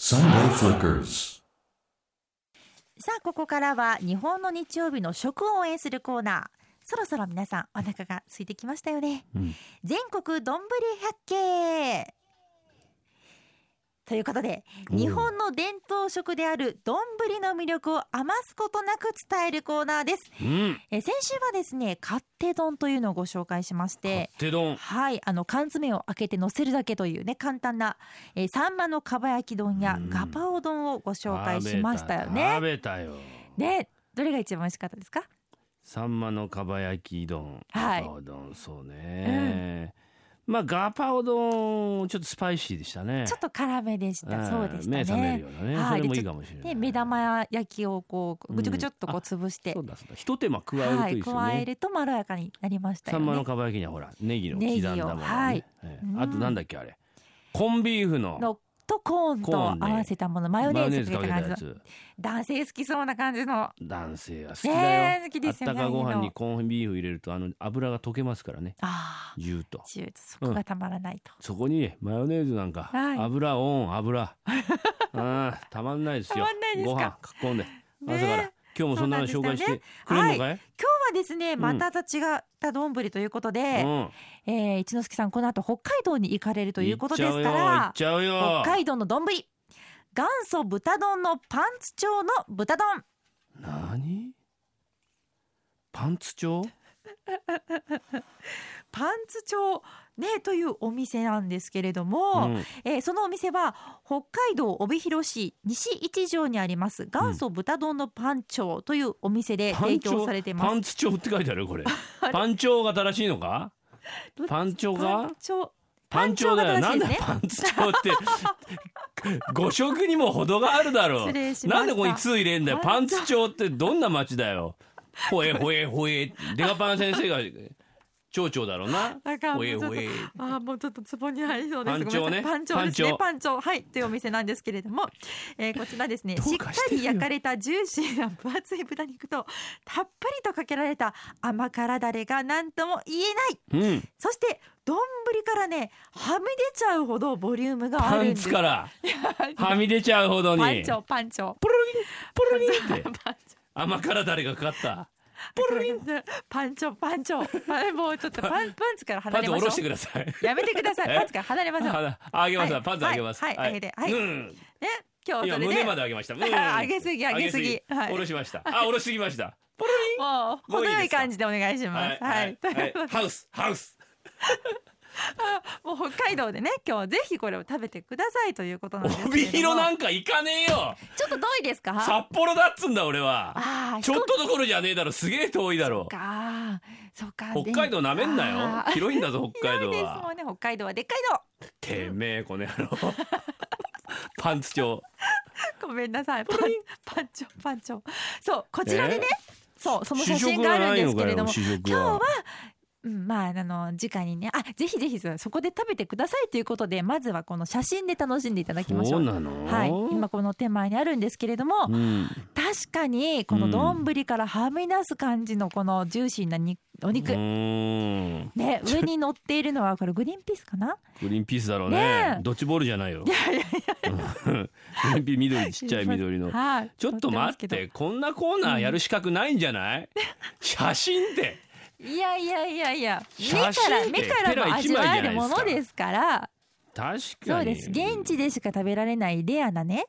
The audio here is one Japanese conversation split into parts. Sunday Flickers. さあここからは日本の日曜日の食を応援するコーナーそろそろ皆さんお腹が空いてきましたよね、うん全国どんぶり百景ということでおう日本の伝統食であるどんぶりの魅力を余すことなく伝えるコーナーですうん。えー先週はですね勝手丼というのをご紹介しまして手丼。はい、あの缶詰を開けて乗せるだけというね簡単な、えー、サンマのかば焼き丼やうんガパオ丼をご紹介しましたよね食。べたよ。ね、どれが一番美味しかったですか？サンマのかば焼き丼。はいガパオ丼、そうね。まあガパオ丼ちょっとスパイシーでしたね。ちょっと辛めでした。んそうでしたね。目覚めるようなね。はいそれもいいかもしれない。で目玉焼きをこうぐちゅぐちゅっとこううん潰して、そうだそうだ。一手間加えるとはいいい、ですよね。加えるとまろやかになりましたサよンマのね。かば焼きにはほらネギの刻んだもの、ネギねをはいええうんあとなんだっけあれコンビーフののとコーンとコーンね合わせたもの、マヨネーズかけたマ感ヨじネーのズかけ男性好きそうな感じのたやつ男性は好きだよ、ねえ好きあでっすよたね。かごああいう飯のにコーンビーフ入れるとあの油が溶けますからねああ、ジューッとちゅうそこがたまらないと。そこにねマヨネーズなんか、はい油オン油 ああたまんないですよたまんないですご飯か囲んでね朝から、今日もそんなのそう紹なん介ですしよねてくれるのかい、今日はですねんまたと違った丼ということで、うんえー一之輔さんこの後北海道に行かれるということですから行っちゃうよ行北っちゃうよ海道の丼元祖豚丼のパンツ町の豚丼何パンツ帳パンツ町ねというお店なんですけれども、うんえーそのお店は北海道帯広市西一条にあります元祖豚丼のパン町というお店でパ提ンチョ供されてます。パンツ帳って書いてある よこれ。パンチョが正しいのか？パンチョパがン？町パンチョだよ。パなんンチョが正しいだですねパンツ帳って。 五色にも程があるだろ失礼しう。ましたなんでここに通入れんだよ。パパンンチョツ帳ってどんな町だよ。ほえほえほえ。デカパン先生が町長だろうなあか。んほえほえ。あーもうちょっとツボに入りそうです。ごめんなさいパパンチンチョョねですね。パパンチョはいというお店なんですけれども、えーこちらですね。 どしうっかかしてるより焼かれたジューシーな分厚い豚肉とたっぷりとかけられた甘辛だれが何とも言えない。うん。そして丼からねはみ出ちゃうほどボリュームがあパるんンです。ツからはみ出ちゃうほどに。パンチョパンチョ。ポロリンポロリン ってパンチョ甘辛だれがかかった。ポロリン。 パンチョパンチョ。パンもうちょっとパンパンツか らパ離ンれツ下ましょろしてくう。ださい。やめてください。えパンツから離れましょう。ああげます、はいパンツあげます。はいはいあげてはいうんね今日今それで胸まであげま した。うんあげすぎあげすぎあげはい下ろしました。あ、下ろしすぎま した。もうもう程いいですかよい感じでお願いします。はい、はいハウス、ハウス。もう北海道でね、今日ぜひこれを食べてくださいということなんですけれども。帯広なんんか行かねえよ。ちょっと遠いですか。あ札幌だっつんだ俺は。あー、ちょっとどころじゃねえだろ。すげえ遠いだろそっ。か。そうか。北海道なめんなあよ。ー広いんだぞ北海道広いですもは。んね、北海道はでっかいてめえこの野郎。 パンツ帳。の。ごめんなさい。パン、パンチョ、パンチョ。そう、こちらでね。そう、その写真があるんですけれども。試食今日はは、うん、まああの次回にねあぜひぜひそこで食べてくださいということでまずはこの写真で楽しんでいただきましそょううなの。はい、今この手前にあるんですけれども、うん。確かにこの丼からはみ出す感じのこのジューシーなにお肉、うんね上に乗っているのはこれグリーンピースかなグリーンピースだろうねねえドッジボールじゃないよ うんグリーンピース 緑ちっちゃい緑のはいちょっと待っ乗てまこんなコーナーやる資格ないんじゃない、 写真ってすけどいやいやいやいや目写か真らって目からも味わえるものですから確そかうでにす現地でしか食べられないレアなね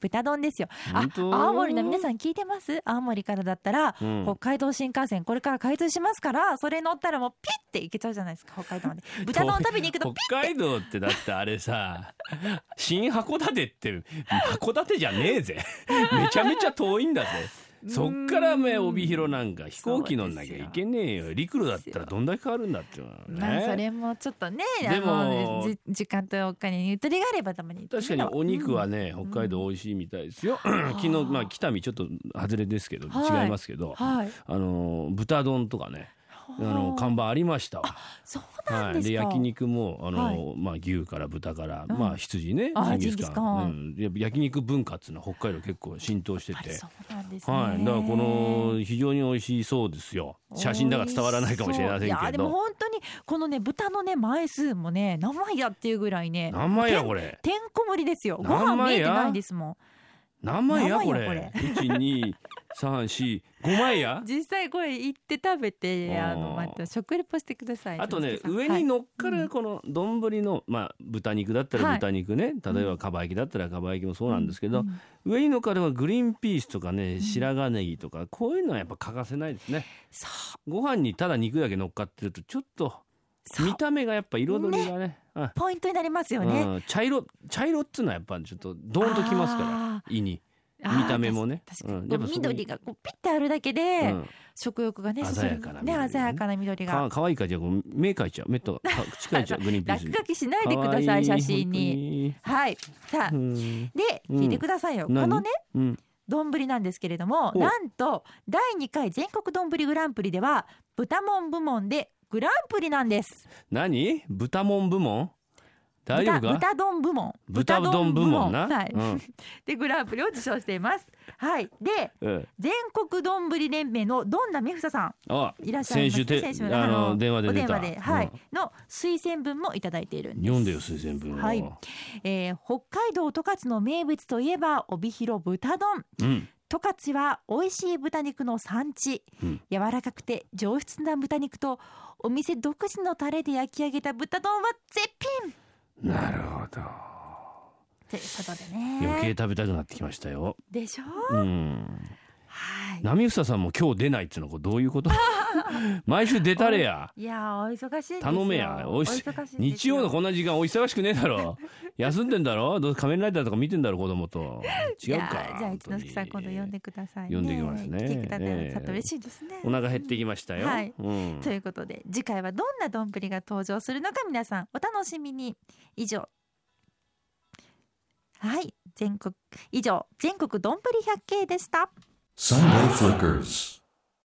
豚丼ですよあ本当青森の皆さん聞いてます青森からだったら、うん北海道新幹線これから開通しますからそれ乗ったらもうピッて行けちゃうじゃないですか北海道ま で豚丼食べに行くとピ北海道ってだってあれさ新函館って函館じゃねえぜ めちゃめちゃ遠いんだぜそっからねうん帯広なんか飛行機乗んなきゃいけねえよ陸路だったらどんだけ変わるんだってのはね、まあそれもちょっとねあでものじ時間とお金にゆとりがあればたまに確かにお肉はね、ね、ん北海道美味しいみたいですよ。昨日はあまあ北見ちょっと外れですけど、はい違いますけど、うんはいあのー豚丼とかね、あの看板ありましたわ。そうなはんい、ですでか、焼肉もあの、はいまあ、牛から豚から、うんまあ、羊ねあジンギスカジン、うん、やっぱ焼肉文化っていうのは北海道結構浸透してやっぱりてそ。うなんですね、はい、だからこの非常に美味しそうですよ写真だから伝わらないかもしれません美味しそういけやでもど本当にこのね豚のね枚数もね何枚やっていうぐらいね何枚やこれてんてんこ盛りですよご何枚や飯見えてないですもん何枚や何枚やこれ一二三四五枚や実際これ行って食べてあーあのまた食レポしてくださいあとね俊介さん上はいに乗っかうるんこの丼の、まあ、豚肉だったらはい豚肉ね、例えばかば焼きだったらかば焼きもそうなんですけど、う上に乗っかるのはグリーンピースとかね白髪ネギとかこういうのはやっぱ欠かせないですねそうご飯にただ肉だけ乗っかってるとちょっとそう見た目がやっぱ彩りがねあポイントになりますよね、うん、茶色茶色っつうのはやっぱちょっとドーンときますからら胃に、見見た目もね確かうんにやっぱこうそこ緑がこうピッてあるだけで、うん食欲がねそそる鮮やかな緑がねね鮮やかな緑がかかわいいかじゃこう目かいちゃう目とかか口かいちゃ うグリーンピース落に書きしないでください写真ににはいさあうんでうん聞いてくださいよ、何このねうん丼なんですけれどもおなんと第2回全国丼グランプリでは豚もん部門でグランプリなんです何豚もん部門大丈夫か豚豚丼部門豚丼部門な、はいうんでグランプリを受賞していますはいでうん全国丼連盟のどんな美房さんあいらっしゃい先ます週て選手あの電話でお出電た話で、はいうんの推薦文もいただいているんです読んでよ推薦文を、はいえー北海道十勝の名物といえば帯広豚丼うん十勝は美味しい豚肉の産地、うん柔らかくて上質な豚肉とお店独自のタレで焼き上げた豚丼は絶品なるほどということで余計ね食べたくなってきましたよ、でしょうんはい波房さんも今日出ないっていうのはどういうこと 毎週出たれ やいやーお忙しいんですよ頼めやおいし忙しいんです日よ曜のこんな時間お忙しくねえだ ろ休んでんだろどうせ仮面ライダーとか見てんだろ子供と違ういかやーじゃあ一之輔さん今度呼んでくださいね呼んできますね来てくださった嬉しいですね、お腹減ってきましたよ、はいうんということで次回はどんな丼が登場するのか皆さんお楽しみに以上はい全国以上全国丼百景でした Sunday Flickers.